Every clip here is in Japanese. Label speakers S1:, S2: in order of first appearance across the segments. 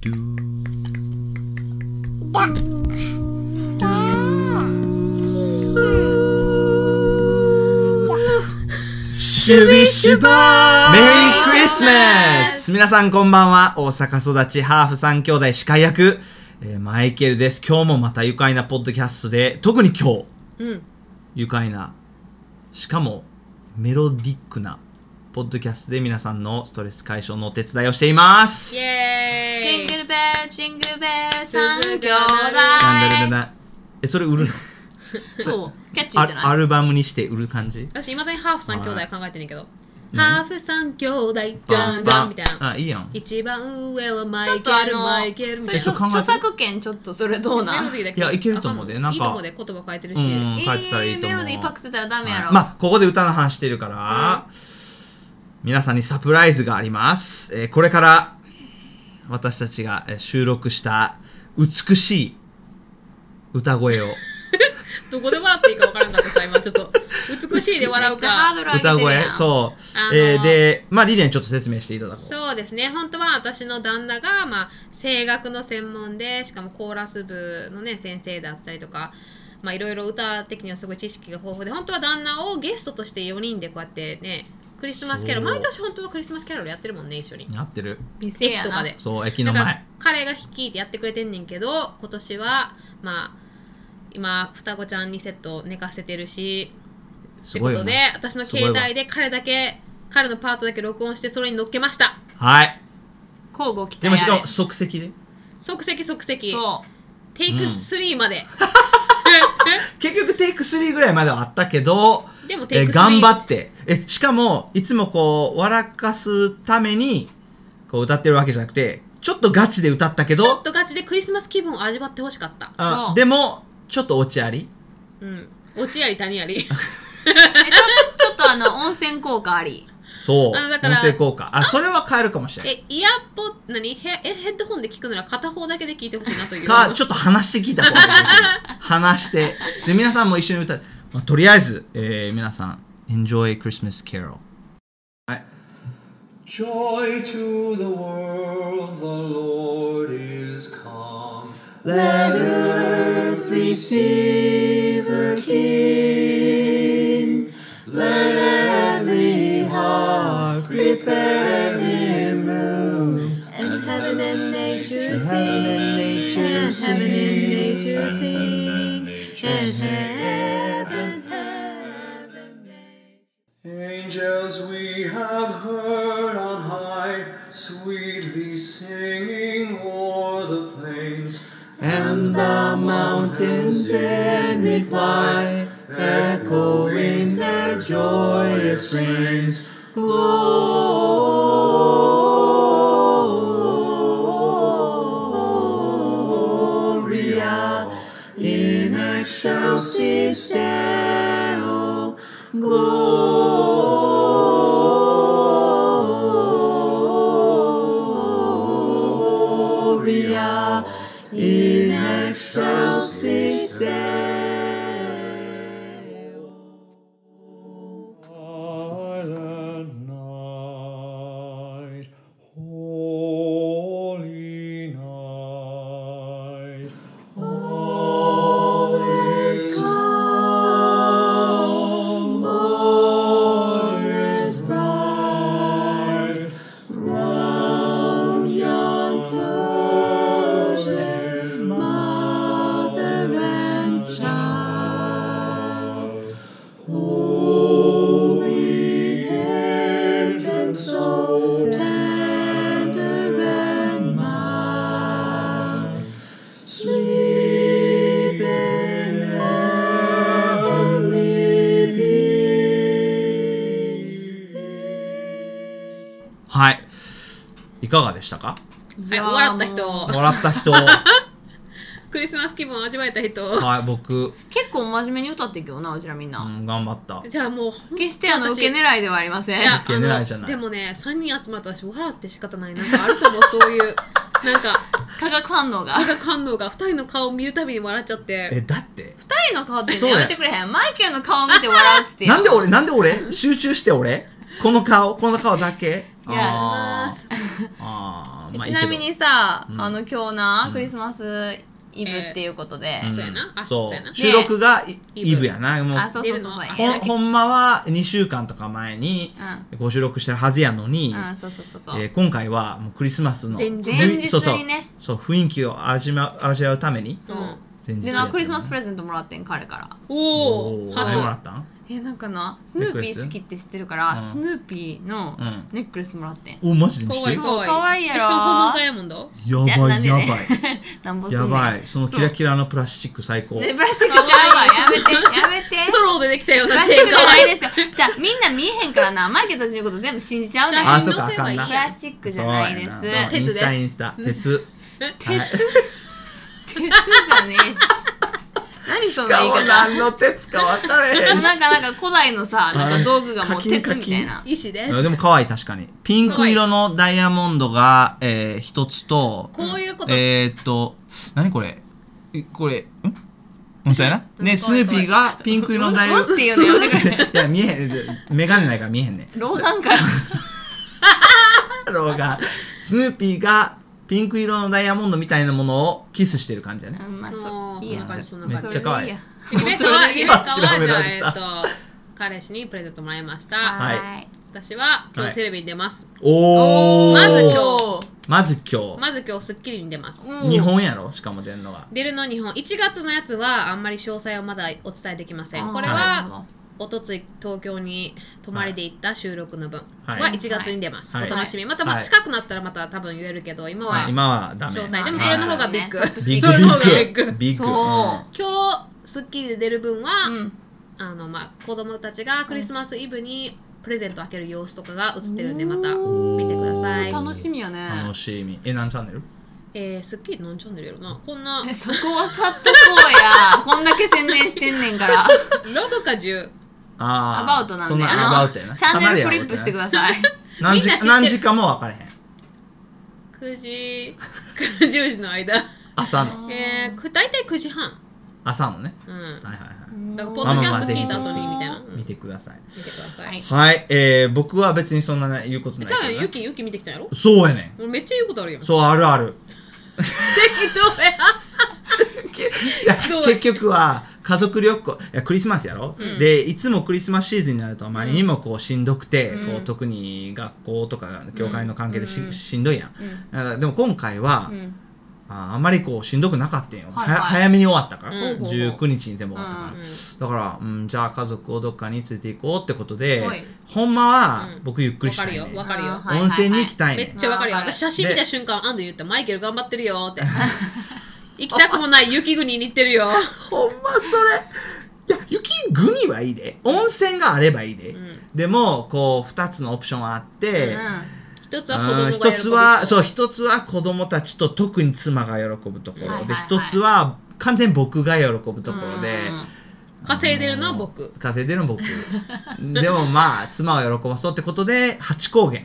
S1: ドゥー
S2: だだ
S1: シュビシュバーメリークリスマス
S3: Christmas
S1: 皆さんこんばんは。大阪育ち、ハーフ三兄弟司会役、えーマイケルです。今日もまた愉快なポッドキャストで、特に今日、
S3: うん
S1: 愉快な、しかもメロディックな、ポッドキャストで皆さんのストレス解消のお手伝いをしています。
S3: イエーイ
S2: ジングルベルジングルベル三兄
S3: 三兄
S2: 弟
S3: 弟
S1: なんだなんだなんだえ、それ売るの
S3: そうキャッチーじゃ
S1: あア
S3: ない
S1: ルバムにして売る感じ
S3: 私いまだにハーフ三兄弟考えてんねんけどハーフ三兄弟ダン
S1: バ
S3: ダ
S1: ン
S3: ンみたいな
S1: あ、いいやん。
S3: 一番上はマ
S2: ちょっ
S3: イケ
S2: とあ
S3: ル
S2: の
S3: マイケルみ
S2: そ
S3: た
S2: れ
S3: いな
S1: ちょっと考えて
S2: 著作権ちょっとそれどうなん
S3: メロディーだけ
S1: いやいけると思うで
S3: あか
S1: なんか
S3: いいと思うで言葉変えてるし、
S1: うん、
S2: え
S1: 書いてたらいい
S2: ー
S1: と思う。
S2: メロディーパクってたらダメや
S1: は
S2: ろ
S1: いまあここで歌の話してるから、皆さんにサプライズがあります、えーこれから私たちがえー収録した美しい歌声を
S3: どこで笑っていいかわからんかったさ今ちょっと美しいで笑
S2: め
S3: う
S2: っちゃハー
S3: か
S2: ドル上げて
S1: 歌
S2: る
S1: 声
S2: やん
S1: そう、
S3: あのー
S1: えーでまあリレーにちょっと説明していただこう
S3: そうですね本当は私の旦那が、まあ、声楽の専門でしかもコーラス部のね先生だったりとかまあいろいろ歌的にはすごい知識が豊富で本当は旦那をゲストとして4人でこうやってねクリスマスキャロル
S1: そう
S3: 毎年本当はクリスマスキャロルやってるもんね一緒に
S1: 合ってる
S2: 美声
S3: 駅
S2: や
S3: と
S2: な
S3: かで
S1: そう駅
S3: な
S1: の
S3: んか
S1: 前
S3: 彼が率いてやってくれてんねんけど今年はまあ今双子ちゃん2セット寝かせてるし
S1: すごい
S3: ってこ
S1: よ
S3: とで
S1: ね
S3: 私の
S1: すごいわ
S3: 携帯で彼だけ彼のパートだけ録音してそれに乗っけました
S1: はい
S2: 交互期待
S1: で
S2: あ
S1: も
S2: れ
S1: しかも即席で
S3: 即席即席
S2: そ
S3: テイク3ま で、
S1: 結局テイク3ぐらいまではあったけど
S3: でも
S1: え
S3: テイ
S1: ー
S3: ク3
S1: 頑張ってえしかもいつもこう笑かすためにこう歌ってるわけじゃなくてちょっとガチで歌ったけど
S3: ちょっとガチでクリスマス気分を味わってほしかった
S1: あ
S2: そう
S1: でもちょっと落ちあり
S3: うん落ちやり谷やり
S2: うえちょちょっとあの温泉効果あり
S1: そう
S3: あのだ
S1: 音
S3: から
S1: 声効果あそれは変えるかもしれない
S3: えイヤポ何ヘヘッドホンで聞くなら片方だけで聞いてほしいなという
S1: かちょっと話して聞いた方がいいかもしれない話してで皆さんも一緒に歌って、まあ、とりあえず、えー皆さん Enjoy Christmas Carol
S4: Joy to the world, the Lord is come. Let earth receive her King. Let every heart prepare him room. And heaven and nature sing. And heaven and nature sing. And heaven, heaven. Angels we have heard on high, sweetly singing o'er the plains, and the mountains in reply, echoing their joyous strains. Gloria in excelsis Deo. Gloria in excelsis Silent night, holy night, all is calm, all is bright, round yon virgin mother and child. Holy infant, so tender and mild, sleep in heavenly peace.
S1: はいいかがでしたか
S2: う
S3: はい、笑った人
S1: もらった 人は
S3: クリスマス気分を味わえた人
S1: い僕、
S2: 結構真面目に歌っていくよなうちらみんな、
S1: うん、頑張った
S3: じゃあもう
S2: 決してあの受け狙いではありません
S3: いや
S1: 受け狙いじゃない
S3: あのでもね3人集まったら私笑って仕方ないなんかあると思うそういうなんか
S2: 化学反応が
S3: 化学反応が2人の顔を見るたびに笑っちゃって
S1: えだって
S2: 二人の顔って
S1: そう
S2: ね
S1: や
S2: やめてくれ へんマイケルの顔見て笑うっつってよ
S1: なんで俺なんで俺集中して俺この顔この顔だけ
S2: いや
S1: あーあーまあいいけど
S5: ちなみにさ、あの今日な、クリスマスイブっていうことで、
S1: ん
S3: そうやなあ
S1: そ
S3: そうやな
S1: う収録がいイ
S3: イブ
S1: ブやなもう
S5: あそうそうそうそ
S1: ほ
S5: う
S1: ん
S3: 出
S5: や
S3: るの
S1: ほんまは2週間とか前にご収録してるはずやのに、
S5: うんそうそうそうそう、
S1: えー今回はもうクリスマスの
S3: 前日
S1: ふい
S5: 前日
S1: そうそう
S5: にね
S1: そう雰囲気を味わ味わうために
S5: そう
S1: 前日
S5: で
S1: やった
S5: な
S1: の
S5: クリスマスプレゼントもらってん彼から
S3: お
S1: お
S3: お
S1: ー
S3: 初
S1: 何もらったん
S5: えなんかなスヌーピー好きって知ってるから、
S1: うん
S5: スヌーピーの
S1: うん
S5: ネックレスもらってん、
S1: おマジで見して
S5: そ
S1: や
S3: 可愛い
S5: う可愛いやろ
S3: しかも本物ダイヤモンド
S5: じゃあ
S1: ば
S5: なん
S1: い
S5: で
S1: やば
S5: ね
S1: い
S5: なんぼすんね
S1: や
S5: ん
S1: ばいそのキラキラのプラスチック最高
S5: ねプラスチックちゃうわやめて やめて
S3: ストローでできたよう
S5: プ
S3: な
S5: ラス
S3: チェー
S5: チッ
S3: ン
S5: クじゃないですよじゃあみんな見えへんからなマイケルたちのこと全部信じちゃうね
S1: あ
S3: 写
S1: そう
S3: 真
S1: か
S3: 載
S1: あ
S3: せ
S1: か
S3: ば
S1: ん
S3: いい
S1: な
S3: や
S5: プラスチックじゃないです
S1: そうやな
S3: 鉄です
S1: インスタインスタ鉄
S5: 鉄、
S1: はい
S5: 鉄じゃねえし何その言い
S1: 顔
S5: 方
S1: 何の鉄か分かれへんし
S5: なんかなんか古代のさなんか道具がもう
S1: はい
S5: 鉄みたいな
S3: 石で
S1: あ
S3: す
S1: でも可愛い確かにピンク色のダイヤモンドがえー一つと
S3: こういうこと
S1: えーっと何これえこれんうんそうやなねスヌーピーがピンク色のダイヤモン
S5: うんっていうのやめてくれ
S1: ド いや見えへん眼鏡ないから見えへんね
S5: 老眼かよ
S1: だろうがスヌーピーがピンク色のダイヤモンドみたいなものをキスしてる感じやね
S5: うんまあ
S3: も
S5: そう
S3: う
S5: いいや
S3: そんな感じ
S5: そ
S3: そん
S5: れ
S3: な
S1: 感じめっちゃ可愛い
S5: そ
S3: ゆ
S5: れで
S3: め かはゆめか
S1: 調べら
S3: は
S1: れ
S3: じ
S1: た
S3: ゃあえっと彼氏にプレゼントもらいました
S1: はい
S5: はい
S3: 私は今
S1: はい
S3: 日テレビに出ます、
S1: おー
S3: まず今日
S1: まず今
S3: まず今日『スッキリ』に出ます、
S1: 日日本やろしかも出んのが
S3: 出るの日本1月のやつはあんまり詳細はまだお伝えできませ
S5: あ
S3: ん
S5: ー
S3: これ
S5: なるほ
S3: は
S5: ど
S3: おとつい東京に泊まりで行った収録の分
S1: はい
S3: は1月に出ます、
S1: はい
S3: お楽しみ、
S1: はい
S3: またまあ近くなったらまた多分言えるけど今は
S1: はい今はダメ
S3: 詳細で
S5: ま
S3: も
S5: あ
S3: それの方がビッグ、
S5: まあね
S1: ビッ
S3: そ
S1: グ
S3: れ
S1: ビ
S3: の方がビッ
S1: ッ
S3: グ
S1: グビッグ
S5: そう
S1: うん
S3: 今日『スッキリ』で出る分は、
S5: うん
S3: あのまあ子供たちがクリスマスイブにプレゼント開ける様子とかが映ってるんでまた見てください。
S5: 楽しみやね
S1: 楽しみ。え、何チャンネル
S3: えー、スッキリ何チャンネルやろなこんな
S5: えそこ分かっとこ うやこんだけ宣伝してんねんから
S3: 6か10
S1: あ
S5: ア
S1: ー
S5: バウトなん
S1: そん
S5: で
S1: なア
S5: あ
S1: バ
S5: の
S1: ウト
S5: チ
S1: や な。
S5: ャンネルフリップ
S1: かなりアバウトやな
S5: してください
S1: 何
S3: みんな知って
S1: 時
S3: る
S1: 何時間も分からへん。
S3: 9時から10時の間
S1: 朝の。
S3: えー、く大体9時半
S1: 朝のね。
S3: うん
S1: はいはいは
S3: だからポッドキャスト聞いた後にみたいな、
S1: い。
S3: 見
S1: 見
S3: て
S1: てください。
S3: ください、
S5: はい
S1: はい、えー、僕は別にそんなね、言うことない
S3: じゃあ
S1: けど
S3: ユ
S1: ね。
S3: キユキ見てきたやろ
S1: そうやね
S3: 俺めっちゃ言うことあるよ
S1: ん。そう、あるある。
S3: 適当や
S1: いや
S3: そう
S1: 結局は家族旅行いやクリスマスやろ、でいつもクリスマスシーズンになるとあまりにもこうしんどくて、こう特に学校とか教会の関係でし,、ん、どいやん、だからでも今回は、
S5: ん
S1: ああんまりこうしんどくなかったんよ、
S5: はいはい
S1: は早めに終わったから、
S3: うん
S1: 19日に全部終わったから、だから、うん、じゃあ家族をどっかに連れて行こうってことで、
S5: はい
S1: ほんまは
S3: うん
S1: 僕ゆっくり
S3: わ
S1: し
S3: か
S1: たい、
S3: る
S1: ね
S3: よわかるよ
S5: あはい
S1: 温泉に行きたい
S3: め
S1: ね
S3: っちゃわかるよ
S5: はいはい
S3: 私写真見た瞬間アンド言ったマイケル頑張ってるよって行きたくもない雪国に行ってるよ
S1: ほんまそれいや雪国はいいで温泉があればいいで、でもこう2つのオプションあって、
S3: 一つは子供
S1: うん
S3: が喜ぶ
S1: 一つはそう一つは子供たちと特に妻が喜ぶところ、
S5: はいはい
S1: で
S5: はい
S1: 一つは完全に僕が喜ぶところで、
S3: 稼いでるのは僕
S1: 稼いでるの僕 でもまあ妻を喜ばそうってことで八高原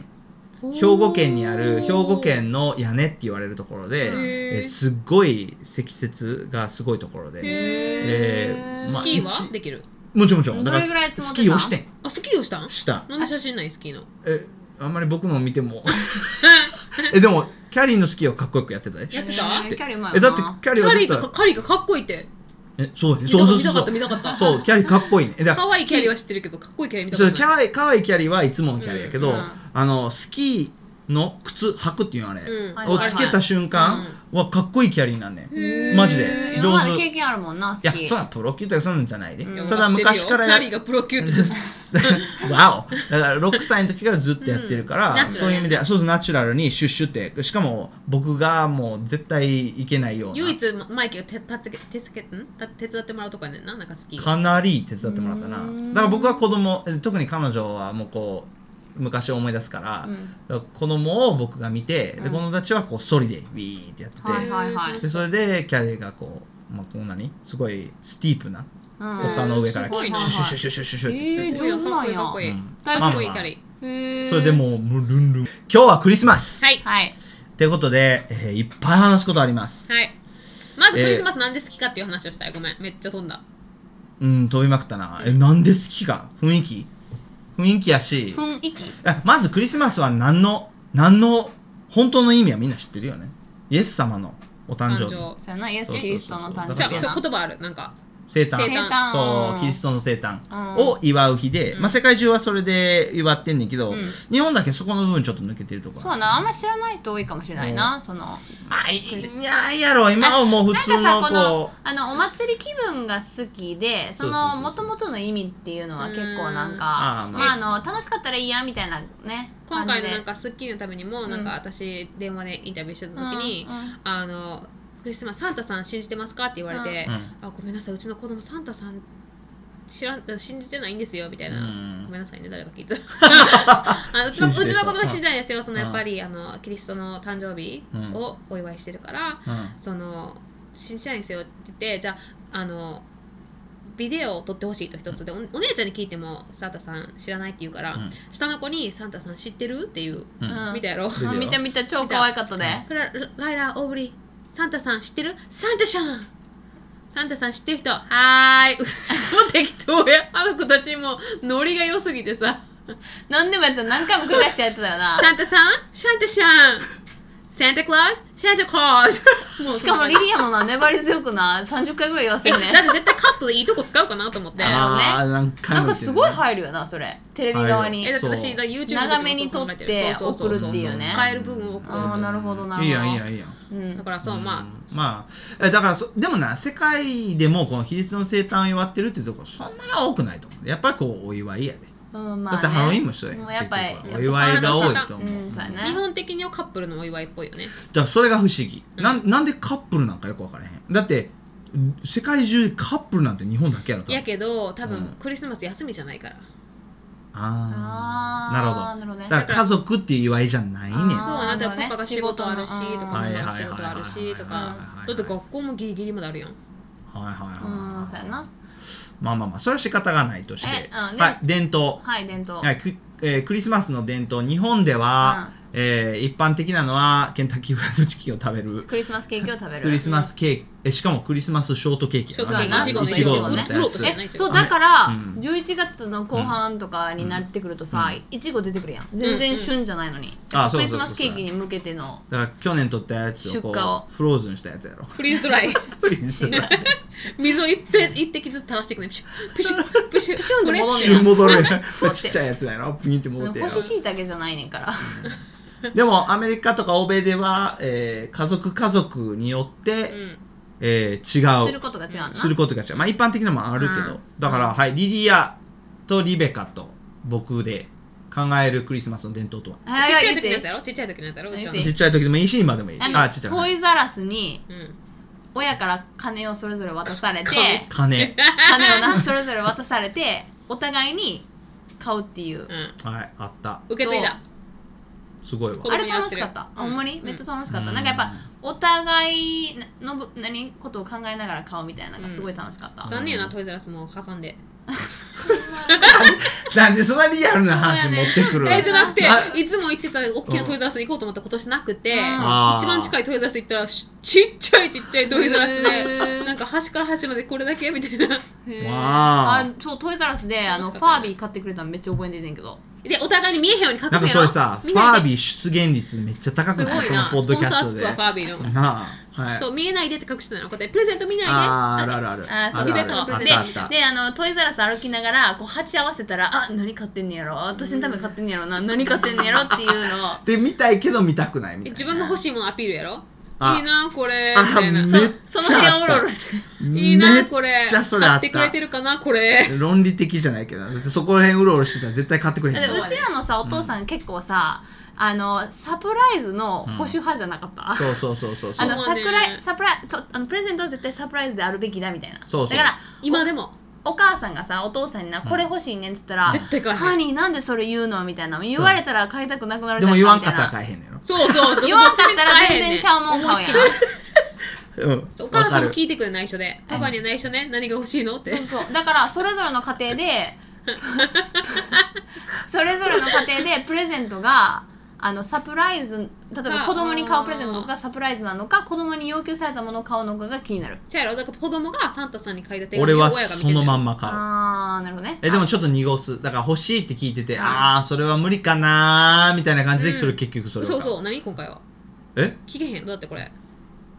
S1: 兵庫県にある兵庫県の屋根って言われるところで
S3: へー
S1: えすっごい積雪がすごいところで、え
S5: へー
S1: まあ
S3: スキーは
S1: 一
S3: できる
S1: もちろんもちろん。
S5: どれぐらい積も
S1: ス
S5: ってた
S1: キーをしてん。
S3: あスキーをしたん
S1: した。
S3: なんで写真ないスキーの
S1: え、あんまり僕の見ても。 え、でも、キャリーのスキーはかっこよくやってたで。
S3: やってた
S1: シュッシュッて
S5: キャリーうまいよな
S1: え、だってキャリー
S3: カ
S1: はず
S3: リ
S1: っ
S3: ーとか
S1: と。
S3: カリーがかっこいいって
S1: え、そうだね。そうそうそうそう。
S3: 見たかった見たかった
S1: そう、キャリーかっこいいね。え、だ
S3: 可愛いキャリーは
S1: ス
S3: 知ってるけどかっこいいキャリー見
S1: キー
S3: た
S1: そ
S3: こ
S1: う、
S3: と
S1: キ
S3: ない
S1: ャリー、可愛いキャリーはいつものキャリーやけど、
S5: うん
S1: あの、スキーの靴履くっていうのあれ、
S3: うん
S1: をつけた瞬間はかっこいいキャリーなんね、マジで。
S5: 上
S1: 上
S5: 手
S1: 手。
S5: 経
S1: い
S5: 験あるもんな好き
S1: や、そんなプロ級とかそんなんじゃないで。
S3: うん
S1: ただ昔から
S3: カ
S1: や
S3: リーがプロ級って言ってた
S1: わおだから6歳の時からずっとやってるから、
S3: うんナチ
S1: そ
S3: ュ
S1: う
S3: ラル
S1: いう意味でそうそうナチュラルにシュッシュってしかも僕がもう絶対いけないような
S3: 唯一マイケル手手伝手伝けんた手伝ってもらうとかねんななんかスキー
S1: かなり手伝ってもらったなだから僕は子供え特に彼女はもうこう昔を思い出すから、だから子供を僕が見て、で子供たちはこうソリでビーってやってて、
S5: はいはいはい
S1: でそれでキャリーがこう、まあ、こんなにすごいスティープな丘の上から
S3: す
S1: シ
S3: ごい
S1: ュ
S3: な
S1: ッシュッシュッシュッシュッシュッって
S5: えー、上手なんや
S3: かっこいいかっ
S5: 大
S1: まあ
S3: こいい
S1: ま
S3: かっこいいキ
S1: あ
S3: ャリ
S5: へえ
S1: それでもうもうルンルン今日はクリスマス
S3: ーはい
S5: はい
S1: ってことで、えーいっぱい話すことあります。
S3: はいまずクリスマスなんで好きかっていう話をしたいごめんめっちゃ飛んだ
S1: うん、飛びまくったな。え、なんで好きか雰囲気雰囲気やし、
S5: 雰囲気
S1: えまずクリスマスは何の、何の本当の意味はみんな知ってるよねイエス様のお誕生
S3: 感
S1: 日
S3: 情
S5: そうやなイエス・
S1: そうそうそうそう
S5: キリストの誕
S1: だか
S5: 生日
S1: ら
S5: や
S3: じゃ
S5: な
S3: あそう言葉あるなんか
S1: 生誕
S3: 生誕
S1: そうキリス
S5: ト
S1: トの生誕
S5: うん
S1: を祝う日で、まあ、世界中はそれで祝ってんねんけど、日本だけそこの部分ちょっと抜けてるとこ
S5: そう
S1: ろ
S5: やなあんま知らない人多いかもしれないなその
S1: まあいやいやろ今はもう普通
S5: な
S1: の
S5: んか
S1: こ
S5: さこのあのお祭り気分が好きでそ
S1: そう
S5: の
S1: そう
S5: も
S1: そ
S5: と
S1: う
S5: もとの意味っていうのは結構な
S1: う
S5: んか
S1: んあーま
S5: まあ
S1: あ
S5: あの楽しかったらいいやみたいなね
S3: 今回のなん
S5: 感
S3: か『スッキリ』のためにもなんか私電話でインタビューしてた時に、
S5: うんうん
S3: あのクリスマスサンタさん信じてますかって言われて、
S1: うん
S3: あごめんなさいうちの子供サンタさん知らん信じてないんですよみたいな、
S1: うん
S3: ごめんなさいね誰か聞 いたらあうちのう
S1: 信じてる人
S3: ちの子供は信じてないですよそのやっぱりあのキリストの誕生日
S1: うん
S3: をお祝いしてるから、
S1: うん
S3: その信じてないんですよって言ってじゃああのビデオを撮ってほしいと一つでおお姉ちゃんに聞いてもサンタさん知らないって言うから、
S1: ん
S3: 下の子に「サンタさん知ってる?」っていう、
S1: うん
S5: うん
S3: みたいやろ。
S1: の
S5: じであ見た見た超可愛かったで
S3: これライラ、オーブリー、サンタさん知ってるサンタさんサンタさん知ってる人はーいもう適当や。あの子たちもノリが良すぎてさ。
S5: 何でもやったら何回も繰り返してやってたよな
S3: サンタさんサンタさんサンタクロースサンタクロースもう
S5: しかもリ
S3: ー
S5: リアもな粘り強くな30回ぐらい言わせ
S3: え、
S5: る
S3: だっ
S5: ね
S3: て絶対カットでいいとこ使うかなと思って。
S5: あ
S1: ああ何回
S5: な
S1: も言
S5: んか
S1: って
S5: す
S1: るね
S5: ごい入るよなそれテレビ側に
S3: え、だって私、
S1: そう
S3: だから YouTube の時も
S5: 長めに撮
S3: そう考
S5: っ
S3: える
S5: て
S3: そうそうそ
S5: 送
S3: う
S5: るっていうね
S3: 使える部分を送る。
S5: ああなるほどなる
S1: い
S5: ほど
S1: いやんいいやんいいやん
S5: うん
S3: だからそう、まあ。
S1: まあえだからそでもな世界でもこのキリストの生誕を祝ってるっていうところそんなが多くないと思うやっぱりこうお祝いやで、
S5: うんま
S1: だ
S5: あね
S1: ってハロウィンも一緒や
S5: もうやっぱり
S1: 結局はお祝いが多いと
S5: う
S1: 思う、
S5: んそうや
S3: 日
S5: ね
S3: 本的にはカップルのお祝いっぽいよね。
S1: だからそれが不思議、なんなんでカップルなんかよく分からへんだって世界中カップルなんて日本だけやろと
S3: やけど、多
S1: う
S3: 分
S1: ん
S3: クリスマス休みじゃないから。
S1: ああなるほど
S5: あーなるほどね
S1: だから家族っていう祝いじゃないねん
S5: あー
S3: そうなんだ
S5: なるほどね
S3: パパが仕事あるし
S5: 仕事の
S3: とか
S1: う
S3: ママ
S1: ん
S3: が仕事あるしと
S1: はいはいはいはいはいはい
S3: か
S1: はい
S3: だって学校もギリギリまであるやん
S1: はいはいはい、
S5: うんそうやな
S1: まあまあまあそれは仕方がないとして、
S5: えうんで
S1: はい伝統
S5: はい伝統
S1: はいくえークリスマスの伝統日本では、えー一般的なのはケンタッキーフライドチキンを食べる
S5: クリスマスケーキを食べる
S1: クリスマスケーキえしかもクリスマスショートケーキや
S5: そうや
S1: な
S5: な
S1: か
S5: んいちごの
S1: いちご
S5: いちご
S1: の
S5: の
S1: や
S5: ね
S1: つ
S3: 黒とじゃない
S5: え
S3: けど
S5: そうだから、
S1: うん
S5: 11月の後半とかになってくるとさ、いちご出てくるやん全然旬じゃないのに、
S1: あそうそ
S5: ク
S1: う
S5: リ
S1: そ
S5: ス
S1: う
S5: マスケーキに向け ての
S1: だから去年取ったやつをこ
S5: 出荷を
S1: うフローズンしたやつやろ
S3: フリーズドライ
S1: フリーズドライ
S3: 水を一滴一滴ずつ垂らしていくねプシュプシュプシュプシュ
S5: ンって戻んね
S1: 一
S5: や
S1: 瞬戻るやん
S5: って
S1: ちっちゃいやつやろピンって戻ってや
S5: 干
S1: ろ
S5: し椎茸じゃないねんから
S1: でもアメリカとか欧米では、えー家族家族によって、
S3: ん
S1: えー違う
S5: することが違うな
S1: することが違うまあ一般的なのもあるけど、だから、はいリディアとリベカと僕で考えるクリスマスの伝統とは、
S5: は
S3: ちっちゃい時の
S5: 言
S3: や
S5: っ
S3: つ
S5: て
S3: やろちっちゃい時のやつやろ後ろ
S5: え
S3: の
S1: ちっちゃい時でもいいし今でもいい
S5: あの
S1: あちっちゃい
S5: トイザラスに
S3: うん
S5: 親から金をそれぞれ渡されて
S1: 金
S5: 金をなそれぞれ渡されてお互いに買うっていう
S3: うん
S1: はいあった
S3: 受け継いだ
S1: すごいわ
S3: 子供
S5: あれ
S3: に合わ
S5: 楽
S3: せ
S5: して
S3: る
S5: かった、あ
S3: うん
S5: ほんまにめっちゃ楽しかった、
S1: うん
S5: なんかやっぱお互いのぶ何ことを考えながら買うみたいなのがすごい楽しかった、
S3: 残念やなトイザらスも挟んで
S1: なんでそんなリアルな話持ってくる
S3: えじゃなくて
S1: あ
S3: いつも行ってた大きなトイザらス行こうと思ったら今年なくて
S1: あー
S3: 一番近いトイザらス行ったらしちっちゃいちっちゃいトイザラス
S5: へ
S3: で
S5: ー
S3: なんか端から端までこれだけみたいな
S5: へー
S1: わー
S5: あそうトイザラスであの
S3: 楽し
S5: フ
S3: かったよ
S5: ァービー買ってくれたのめっちゃ覚えてんねんけど
S3: でお互いに見えへんように隠す
S1: なんか
S3: や
S1: そ
S3: ろ
S1: れさフ
S3: みんな
S1: ァ
S3: で
S1: ービー出現率めっちゃ高く
S3: すごい
S1: ないこ
S3: な
S1: のポッ
S3: ス
S1: ド
S3: ポ
S1: キ
S3: ン
S1: ャ
S3: サー
S1: スト
S3: つ
S1: で
S3: くわファービーの
S1: なあはい
S3: そう見えないでって隠してたのこうやってプレゼント見ないで
S1: あーあるあるある
S5: あそう
S1: る
S5: そ
S1: あ
S5: う
S1: る
S3: そう
S1: あっ
S5: で
S1: たあった
S5: であのトイザラス歩きながらこう鉢合わせたらあ何買ってんねやろ私のために買ってんねやろな何買ってんねやろっていうのを
S1: で見たいけど見たくないみたいな
S3: 自分が欲しいものアピールやろ
S1: あ
S3: いいなこれ
S1: あ
S3: みたいな
S1: めっ
S3: そ
S5: そう
S1: ちゃあった
S5: その辺をうろうろして
S3: いいなこ
S1: め
S3: れ
S1: っちゃそれあっ
S3: 買って
S1: た
S3: くれてるかなこれ
S1: 論理的じゃないけどだってそこら辺うろうろしてたら絶対買ってくれへん
S5: で
S1: もん
S5: うちらのさお父さん結構さ、あのサプライズの保守派じゃなかった、
S1: そうそうそうそうそ
S5: あ
S1: う
S5: の
S3: そうね
S5: 桜井サプライとあのプレゼントは絶対サプライズであるべきだみたいな
S1: そうそう
S5: だから
S3: 今でも
S5: おお母さんがさお父さんにな「これ欲しいねん」っつったら「
S3: 絶対買わへん
S5: ハニーなんでそれ言うの?」みたいな言われたら買いたくなくなる
S1: で
S5: じゃ
S1: も
S5: ん
S1: 言わんかったら
S5: みい
S1: 買えへんのやろ
S3: そうそう
S5: 言わんかったら全然ちゃうもん買うやん
S1: うん
S3: そうお母さんも
S1: わかる
S3: 聞いてくれ内緒でパパには内緒ね何が欲しいのって
S5: なそうそうだからそれぞれの家 庭でそれぞれの家庭でプレゼントがあのサプライズ例えば
S3: あ
S5: 子供に買うプレゼントがサプライズなのか子供に要求されたものを買うのかが気になる
S3: じゃあやろだから子供がサンタさんに書いた手紙
S1: 俺
S3: を
S1: は
S3: 親が見て
S1: そ
S3: たよ
S1: のまんま買う
S5: あーなるほどね
S1: えでもちょっと濁すだから欲しいって聞いてて、ああそれは無理かなーみたいな感じでそれ結局それを買
S3: そうそう何今回は
S1: え
S3: 聞けへんだってこれ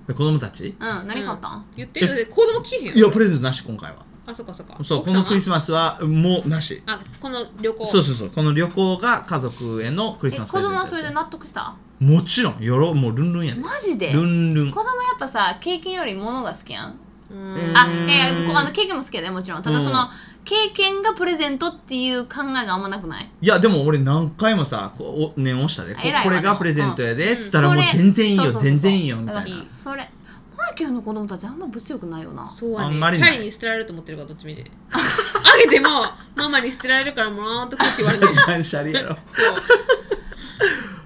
S1: 子供たち
S5: うん何買ったん、
S3: 言ってるだって子供聞けへん
S1: いやプレゼントなし今回は
S3: あそっかそっか
S1: そう
S3: 奥
S1: こ
S3: さん
S1: の
S3: は
S1: クリスマスはもうなし
S3: あこの旅行
S1: そうそうそうこの旅行が家族へのクリ
S5: え
S1: スマ
S5: 子
S1: スプレゼン
S5: 供
S1: ト
S5: はそれで納得した
S1: もちろんよろもうルンルンやね
S5: マジで
S1: ル
S5: 子
S1: ンルン
S5: 供やっぱさ経験より物が好きやん
S3: うん
S1: えー
S5: あ、
S1: うん
S5: えーこあの経験も好きやでもちろんただその、
S1: うん
S5: 経験がプレゼントっていう考えがあんまなくない
S1: いやでも俺何回もさこうお念を押したでこ
S5: 偉いわ
S1: これ
S5: で
S1: が
S5: も
S1: プレゼントやで
S3: うん
S1: つったらもう
S5: それ
S1: 全然いい
S5: そ
S1: よ
S5: うそうそうそう
S1: 全然いいよみたい
S5: だ
S1: な
S5: から それマイケルの子供たちあんま物欲ないよな
S3: そうやね
S1: あんまり
S3: キ
S1: ない
S3: ャリーに捨てられると思ってるからどっち みちあげてもママに捨てられるからもらわんとくって言われてる
S1: 断捨離やろ
S3: そう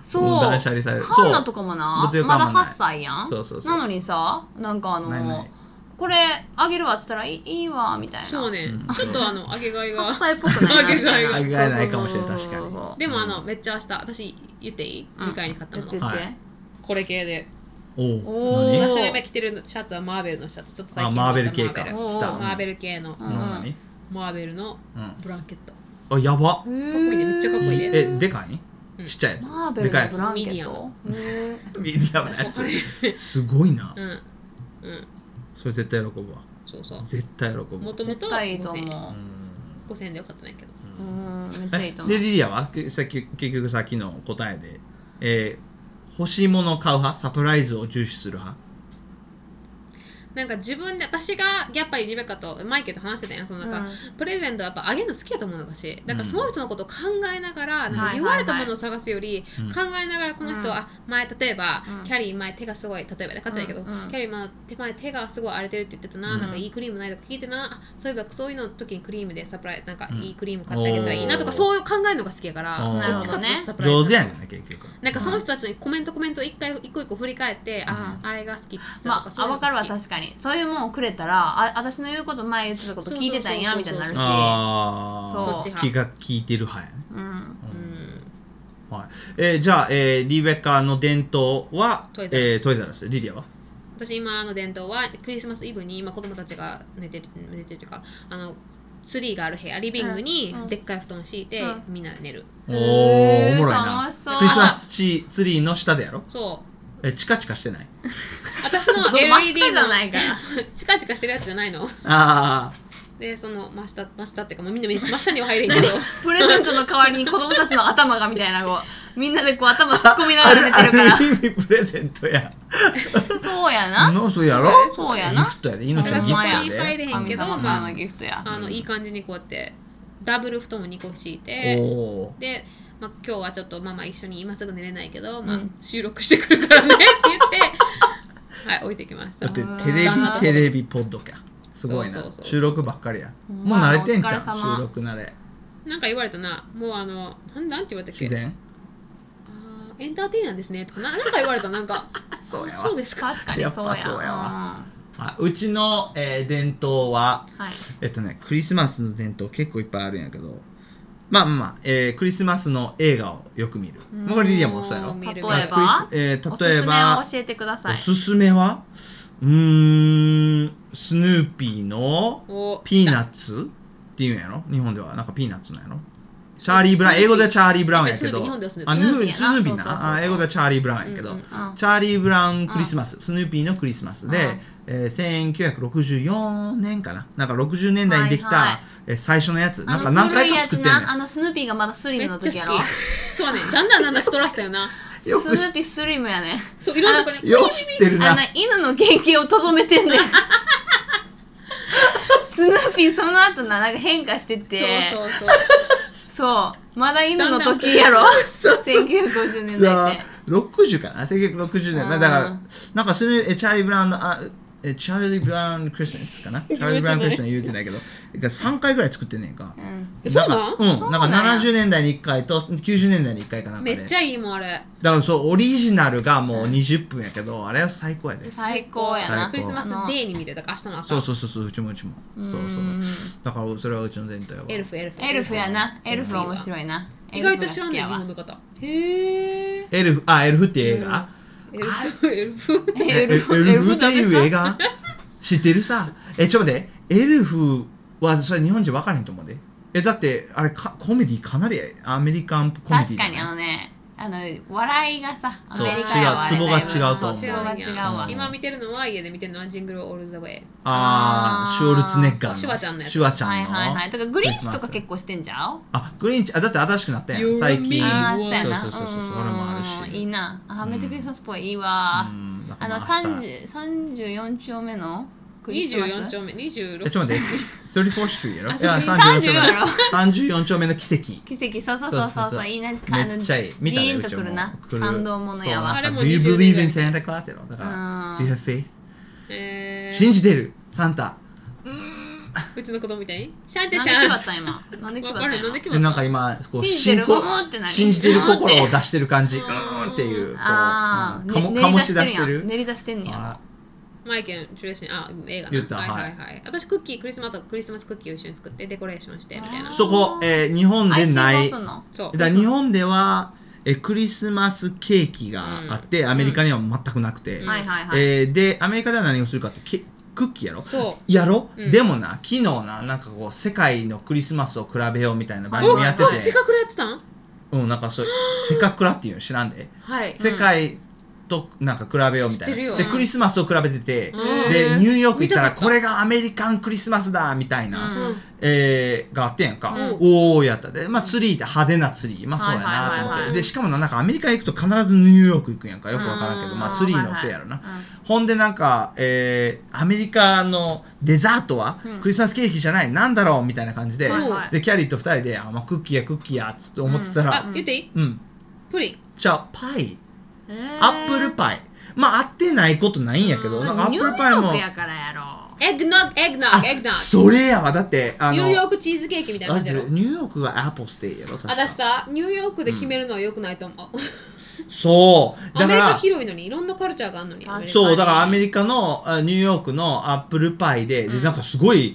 S5: そう
S1: もう断捨離される
S5: ハン
S1: そ
S5: ナ
S1: う
S5: とかもな
S1: 物欲あんま
S5: まだ
S1: ない
S5: 8歳やん
S1: そうそうそう
S5: なのにさなんかあの
S1: ないない
S5: これあげるわっつったらいいいいわみたいな
S3: そうね、ちょっとあのあげがいが
S5: 8歳っぽくないなみたいな
S1: あげがいないかもしれん
S5: そうそうそう
S1: 確かに
S5: そう
S3: でもあのめっちゃ明日私言っていい、
S5: うん
S3: 2回に買った
S5: 言
S3: も
S5: っ
S3: の
S5: て言って、
S1: はい
S3: これ系で
S1: お
S5: お
S1: お
S5: ー
S1: 何
S3: 私が今着てるシャツはマーベルのシャツちょっと最
S1: あ
S3: 近
S1: マーベル
S3: 買
S1: 系
S3: っ
S1: か
S3: たマ
S1: 来
S3: ーベル
S5: おー
S1: た
S3: マーベル系の、
S1: の何
S3: マーベルの
S1: うん
S3: ブランケット、
S1: あやば
S3: かっこいいねめっちゃかっこいいね
S1: えでかいちっちゃいやつ
S5: マーベ
S1: で
S5: ル
S1: かい
S5: の
S1: やつ
S5: ブランケ
S3: ミデ
S5: ッ
S3: ィア
S5: ト
S3: ム
S5: へー
S1: ミディアムなや つすごいな
S3: うんうん
S1: それ絶対喜ぶわ
S3: そうそう
S1: 絶対喜ぶ
S3: も
S1: わ
S3: ともと
S5: 絶対いいと
S3: 5000円
S5: 思
S3: 5000円でよかったんやけど、
S5: ううんめっちゃい
S1: え
S5: いと思
S1: で
S5: う
S1: リリアはけさっき結局さっきの答えでえー欲しいものを買う派サプライズを重視する派
S3: なんか自分で私がやっぱりリベカとマイケルと話してたやんそのなんか、プレゼントやっぱあげるの好きやと思うの私だからその人のことを考えながら、なんか言われたものを探すより、考えながらこの人、あ前例えば、キャリー前手がすごい例えばね買ったんやけど、キャリー前手前手がすごい荒れてるって言ってたな、なんかいいクリームないとか聞いてなあそういえばそういうの時にクリームでサプライなんかいいクリーム買ってあげたらいいなと
S1: お
S3: か
S1: ー
S3: そういう考えるのが好きやから
S1: お
S3: ど
S1: ー
S3: っちかっていうとサプライズ
S1: 上手やねんね結局
S3: なんかその人たちにコメントコメント一回一個一個振り返って、ああれが好きと
S5: ま
S3: か
S5: あ、
S3: そうい
S5: あ
S3: うの
S5: 分
S3: が
S5: かる
S3: 好
S5: わ
S3: き
S5: 確かにそういうもんをくれたらあ私の言うこと前言ってたこと聞いてたんや
S3: そう
S5: み
S3: そ
S5: た
S3: うそうそう
S5: いになるし
S1: ああ
S5: そう
S3: そっち
S1: 気
S3: 派
S1: が利いてる派やね
S5: うん
S1: はいえーじゃあえーリベカの伝統は
S3: トイザらス
S1: えートイザラスリリアは
S3: 私今の伝統はクリスマスイブに今子供たちが寝てる寝てるというかあのツリーがある部屋リビングにでっかい布団を敷いて、みんなで寝る
S1: おおお
S5: ー
S1: もろいな
S5: 楽しそう
S1: クリスマスチツリーの下でやろ
S3: そう
S1: えチカチカしてない
S3: 私 の
S5: 真
S3: LED
S5: 下
S3: の
S5: じゃないから
S3: チカチカしてるやつじゃないの
S1: あ
S3: でその真下真下っていうかもうみんな真下には入れんけど
S5: プレゼントの代わりに子供たちの頭がみたいなこうみんなでこう頭突っ込みな
S1: あ
S5: が
S1: る
S5: ら寝てるか
S1: ある意味プレゼントや
S5: らそうやな
S1: のそうやろ
S5: そうや
S1: ギ
S5: な
S1: フトやで命のギフト
S5: ほんま
S1: や
S5: や
S1: で
S3: 入れへん
S5: 神
S3: けど
S5: 様からのギフトや
S3: あのいい感じにこうやってダブル布団を2個敷い
S1: お
S3: て
S1: お
S3: で、まあ、今日はちょっとママ一緒に今すぐ寝れないけど、まあ、収録してくるからねって言ってはい置いてきました
S1: だってテレビ
S3: 旦那と
S1: テレビポッドキャすごいな
S3: そうそうそう
S1: 収録ばっかりやも
S5: ま
S1: う
S5: や
S1: 慣れてんじゃ
S5: お疲れ
S1: ん
S5: 様
S1: 収録慣れ
S3: なんか言われたな、もうあの、なんなんて言われたっけ
S1: 自然
S3: あーエンターテイナーですねとかな、なんか言われた、なんか、
S1: そうやわ
S3: そうですか。
S5: 確かにそう
S1: やっ
S5: や
S1: ぱそうやわ
S5: う
S1: あうちの、えー伝統は、
S5: はい
S1: えっとねクリスマスの伝統結構いっぱいあるんやけどまあまあまあ、えークリスマスの映画をよく見るもうこれリリアもそうやろ
S5: ん
S3: 見る
S5: 例えば、
S1: まあクリスえー
S5: おすす
S1: 例え
S5: め
S1: ば
S5: を教えてくださ
S1: お
S5: い
S1: すすめはうーんスヌーピーの
S3: お
S1: ピーナッツっていうんやろ日本ではなんかピーナッツなんやろチャーリー・ブラウン英語ではチャーリー・ブラウンやけど
S3: スヌーピー日本ではスヌーピー
S1: あヌース
S5: ス
S1: ヌ
S5: ヌ
S1: ーピ
S5: ーピ
S1: ー
S5: ー
S1: な
S5: なそうそうそうそう
S1: あ英語ではチャーリー・ブラウンやけど、
S5: んうん
S1: チャーリー・ブラウンクリスマス、スヌーピーのクリスマスで、えー1964年かななんか60年代にできた、
S5: はいはい
S1: えー最初のやつ
S5: あ
S1: なんか
S5: の
S1: 何
S5: 古
S1: 回
S5: い
S1: か
S5: や
S1: 作
S5: つ
S1: ってんねん
S5: なあのスヌーピーがまだスリ
S3: め
S5: ム
S3: っ
S5: の
S3: ちゃ
S5: 時や
S3: し
S5: ろ
S3: そうね、だんだんだんだん太らしたよな。
S1: よ
S5: ス
S1: く
S5: ヌ
S1: 知
S5: ーピースリムやね
S3: そう、いろんなとこに、
S1: よく知ってるな
S5: あの犬の原型をとどめ てんねんスヌーピーその後ななんか変化してって
S3: そう
S5: そう
S3: そうそう。
S5: まだ犬の時やろ1950年
S1: さ
S5: 代って
S1: 60かな1960年だからなんかそれえチャーリー・ブラウンのあえチャーリー・ブラウン・クリスマスか なチャーリー・ブラウン・クリスマス言うてないけど3回ぐらい作ってんねんか、
S3: えそうなん
S1: かうんなんか70年代に1回と90年代に1回かなんか
S3: め
S1: で
S3: っちゃいいもんあれ
S1: だからそうオリジナルがもう20分やけど、あれは最高やで
S5: 最高や
S1: 最
S5: な
S1: 高
S3: クリスマスデーに見るだから明日の朝
S1: そうそうそうそううちもうちもそうそうだからそれはうちの全体は
S3: エルフエルフ
S5: エルフやなエルフ面
S3: い
S5: 白いな
S3: 意外と知らんねん日本の方へえ
S1: エルフあエルフっていう映画、
S3: エルフエルフ
S1: えエルフっていう映画知ってるさえちょっと待ってエルフはそれ日本人分からへんと思うでえだってあれかコメディかなりアメリカンコメディ
S5: 確かにあのねあの笑いがさア
S1: そう
S5: メリカやわ
S1: 違うツボが違うと
S5: そ
S1: 思う
S5: うツボが違うわ
S1: うん
S3: 今見てるのは家で見てるのはジングルオールザウェイ
S1: あーシュオルツェネッガー
S3: そうシュワちゃんのやつ
S1: シュワちゃんの
S5: はいはいはいとかグリーンチとか
S1: クリス
S5: 結構してんじゃん
S1: マスあグリーンチあだって新しくなったや
S3: You're
S1: ん最近
S3: me
S5: ああ
S3: いい
S5: そうやな
S1: そうそうそうそう
S5: うん
S1: それもあるし
S5: いいなあめっちゃクリスマスっぽいいいわ
S1: うんだか
S5: あ
S1: ら
S5: の
S1: まあ明日
S5: 30 34丁目のクリスマス
S3: 24丁目26
S1: えちょっ と待って34 Street やろいや
S5: 34
S1: 丁目
S5: やろ
S1: 34丁目の奇跡
S5: 奇跡そうそうそう
S1: そうそ
S5: そう
S1: うそう
S5: いいなあ
S1: め
S5: の
S1: っちゃいい。見
S5: ジ
S1: たね
S5: ーン
S1: う
S5: と
S1: ち
S5: くるな
S1: 来
S5: 感動ものや
S1: そうなん
S5: わ
S1: か
S3: あれも
S1: Do you
S3: 20
S1: believe
S3: 年
S1: in Santa
S3: 代
S1: Claus? やろだから
S5: うん
S1: Do you have faith?
S3: えー
S1: 信じてるサンタ
S3: うちの子供みたいにシャンテ
S5: なん
S3: シ
S5: で決ま
S3: ャン
S5: った今なんで決
S3: 分
S5: ま
S3: かる
S5: った
S3: なん
S5: 今
S3: で
S1: で
S3: 決ま
S1: なん
S3: っ
S1: か
S3: た
S1: 今こう
S5: 信じてる
S1: 信仰
S5: うーんって何
S1: 信じてる心を出してる感じうーんっていうこう
S5: あ
S1: うんか
S5: あ
S1: もかもし出して
S5: やん
S1: る
S5: 練り出してんねや
S1: あ
S3: マイケルジュレーシンあ映画な
S1: 言った
S3: はいはい
S1: は
S3: はい私クッキークリスマスとクリスマスクッキーを一緒に作ってデコレーションしてみたいなそ
S1: そこえー日本でない
S5: 配信もすんの
S3: う
S1: だから日本ではえークリスマスケーキがあってアメリカには全くなくて
S5: はいはいはい
S1: えーでアメリカでは何をするかってケクッキーやろ
S3: そう
S1: やろ、
S3: うん
S1: でもな昨日ななんかこう世界のクリスマスを比べようみたいな番
S3: お
S1: 組やって
S3: あ
S1: て
S3: せっかくやってたん
S1: うんなんかそう「せかくら」っていうの知らんで、
S3: はい
S1: 世界となんか比べようみた
S3: 知って
S1: い
S3: る
S1: な
S3: よ
S1: でクリスマスを比べてて、
S3: うん
S1: でニューヨーク行ったら
S3: 見たかった
S1: これがアメリカンクリスマスだみたいな、
S5: うん
S1: えーがあってんやんか、
S3: うん
S1: おおやったで、まあ、ツリーって派手なツリーまあそうやなと思って、
S5: はいはいはいはい
S1: でしかもななんかアメリカ行くと必ずニューヨーク行くんやんかよくわからんけど
S5: うん
S1: まあ、ツリー
S5: はい
S1: の
S5: はい
S1: せいやろな、ほんでなんか、えーアメリカのデザートはクリスマスケーキじゃない、なんだろうみたいな感じで、
S3: はい
S5: はい
S1: でキャリーと二人であ、まあ、クッキーやクッキーやっつって思ってたら、
S3: あ言っていい
S1: うん
S3: プリン
S1: じゃあパイ
S5: え
S1: アップルパイまあ合ってないことないんやけどなんかアップルパイ
S5: ニューヨー
S1: も
S5: クやからやろ
S3: エッグノッグエッグノッ
S1: あ
S3: グエッグノッ
S1: それやわだってあ
S3: グ
S1: の
S3: ニューヨークチーズケーキみたいな
S1: だっ
S3: 感
S1: て
S3: じだろ
S1: ニューヨークがアポステイやろ確か
S3: 私さニューヨークで決めるのは良くないと思う、
S1: そう
S3: ア
S1: だ
S3: メ
S1: か
S3: リカ
S1: ら
S3: 広いのにいろんなカルチャーがあるのに
S5: 確かに
S1: そうだからアメリカのあニューヨークのアップルパイで,、でなんかすごい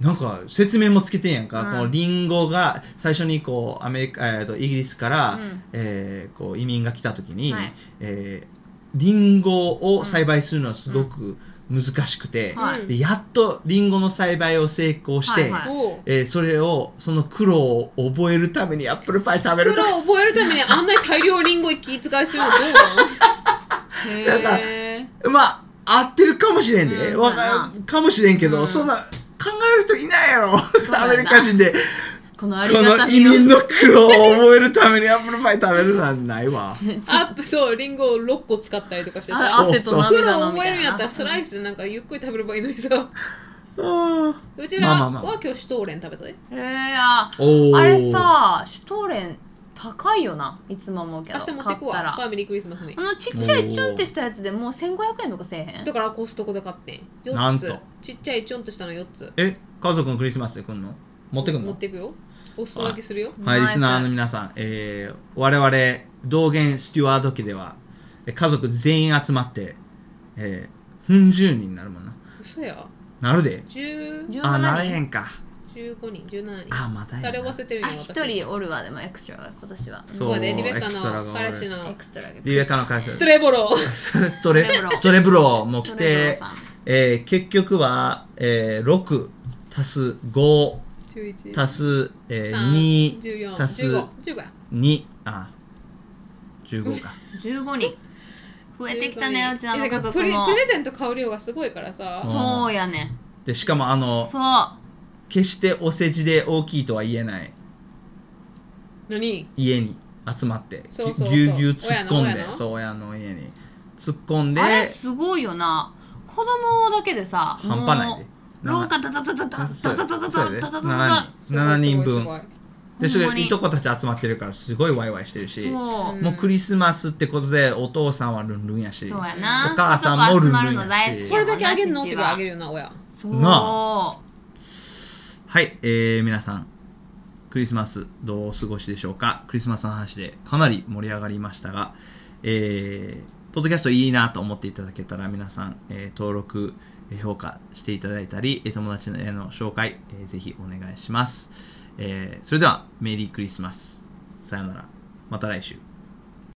S1: なんか説明もつけてんやんか、このリンゴが最初にこうアメリカ、えー、とイギリスから、えーこう移民が来た時に、
S5: はい
S1: えーリンゴを栽培するのはすごく難しくて、
S5: はい
S1: でやっとリンゴの栽培を成功して、
S5: はいはい
S3: おう
S1: えーそれをその苦労を覚えるためにアップルパイ食べる
S3: プ
S1: と
S3: ロ
S1: か
S3: を覚えるためにあんなに大量リンゴ一気使いするのどうなの
S1: から
S5: へえ
S1: まあ合ってるかもしれんで、
S5: うん
S1: わかかもしれんけど、そんな考える人いないやろ
S5: う
S1: ア
S5: やな
S1: メリカ人でこ
S5: このありがた
S1: の
S5: み
S1: 移
S5: を
S1: 民の苦労を覚えるためにアップルパイ食べるなんてないわ
S3: アップそうリンゴを6個使ったりとかして
S5: あ
S1: そう
S5: 汗と
S3: プロ
S5: 涙
S3: を
S5: のみ
S3: 覚
S5: た
S3: え
S5: いな
S3: るんやったらスライスなんかゆっくり食べればいいのにさ
S1: あ
S3: うちら
S1: まあ
S3: は
S1: まあまあ
S3: 今日シュトーレン食べたで
S5: へえあ
S1: おー
S5: あれさシュトーレン高いよないつも思うけど
S3: 明日持ってくわフ
S5: 買ったら
S3: ァミリークリスマスに
S5: あのちっちゃいチュンってしたやつでもう1500円とかせえへん
S3: だからコストコで買ってん
S1: な
S3: 4
S1: ん
S3: つ
S1: と
S3: ちっちゃいちょんとしたの4つ
S1: ーえ家族のクリスマスで来んの持ってくん
S3: 持
S1: の
S3: ってくよお裾分けするよ
S1: はい、リ
S5: ナイス
S1: スナーの皆さん、えー、我々道元スチュワード家ではえ家族全員集まって、えー、ふん10人になるもんな
S3: 嘘や
S1: なるで
S3: 10 15
S5: 17
S1: あなれへ
S5: 人
S1: んか
S3: 人17人
S1: あまたやな
S3: 誰を忘れてるん
S5: あ
S3: や私
S5: 一人おるわでもエクストラが今年は
S1: そう
S3: そうでリベッカ
S1: エクストラが
S3: の
S1: 俺
S3: 彼氏の
S5: エクストラが
S1: リベカの会社
S3: ストレボロー
S1: ストレ
S5: ストレブロ
S1: ストレブロも来
S5: ストレブロ
S1: て
S5: さん、
S1: えー結局は、えー、6足す5
S3: 11
S1: 足す、え
S3: 3
S1: ー、
S3: 14
S1: 2足す
S3: 15 15や
S1: 2あ15か
S5: 15人増えてきたねうちの
S3: えだか
S5: 家
S3: ら
S5: 族
S3: プレ
S5: も
S3: プレゼント買う量がすごいからさ
S5: そうやね
S1: でしかもあの
S5: そう
S1: 決してお世辞で大きいとは言えない
S3: 何
S1: 家に集まって
S3: そうそうそう
S1: ぎゅぎゅうぎゅう突っ込んで
S3: 親の親の
S1: そう親の家に突っ込んで
S5: あれすごいよな子供だけでさ
S1: 半端ないで
S5: もう廊下ダダダダダダダダダダダダダ
S1: 7人7人分
S3: すごいすごい
S1: でそ
S2: ほんま
S1: れ
S2: に
S1: いとこたち集まってるからすごいワイワイしてるし
S2: そう
S1: もうクリスマスってことでお父さんはルンルンやし
S2: そうやな
S1: お母さんもルンルンや
S2: 男
S1: し
S2: 集まるの大好きや
S3: これだけあげるのっ
S2: 父
S3: てぐ
S2: は
S3: らいあげるよな親
S2: そう
S1: なはい、えー、皆さん、クリスマスどうお過ごしでしょうかクリスマスの話でかなり盛り上がりましたが、えー、ポッドキャストいいなと思っていただけたら皆さん、えー登録、えー評価していただいたり、えー友達への紹介、えーぜひお願いします。えー、それでは、メリークリスマス。さようなら。また来週。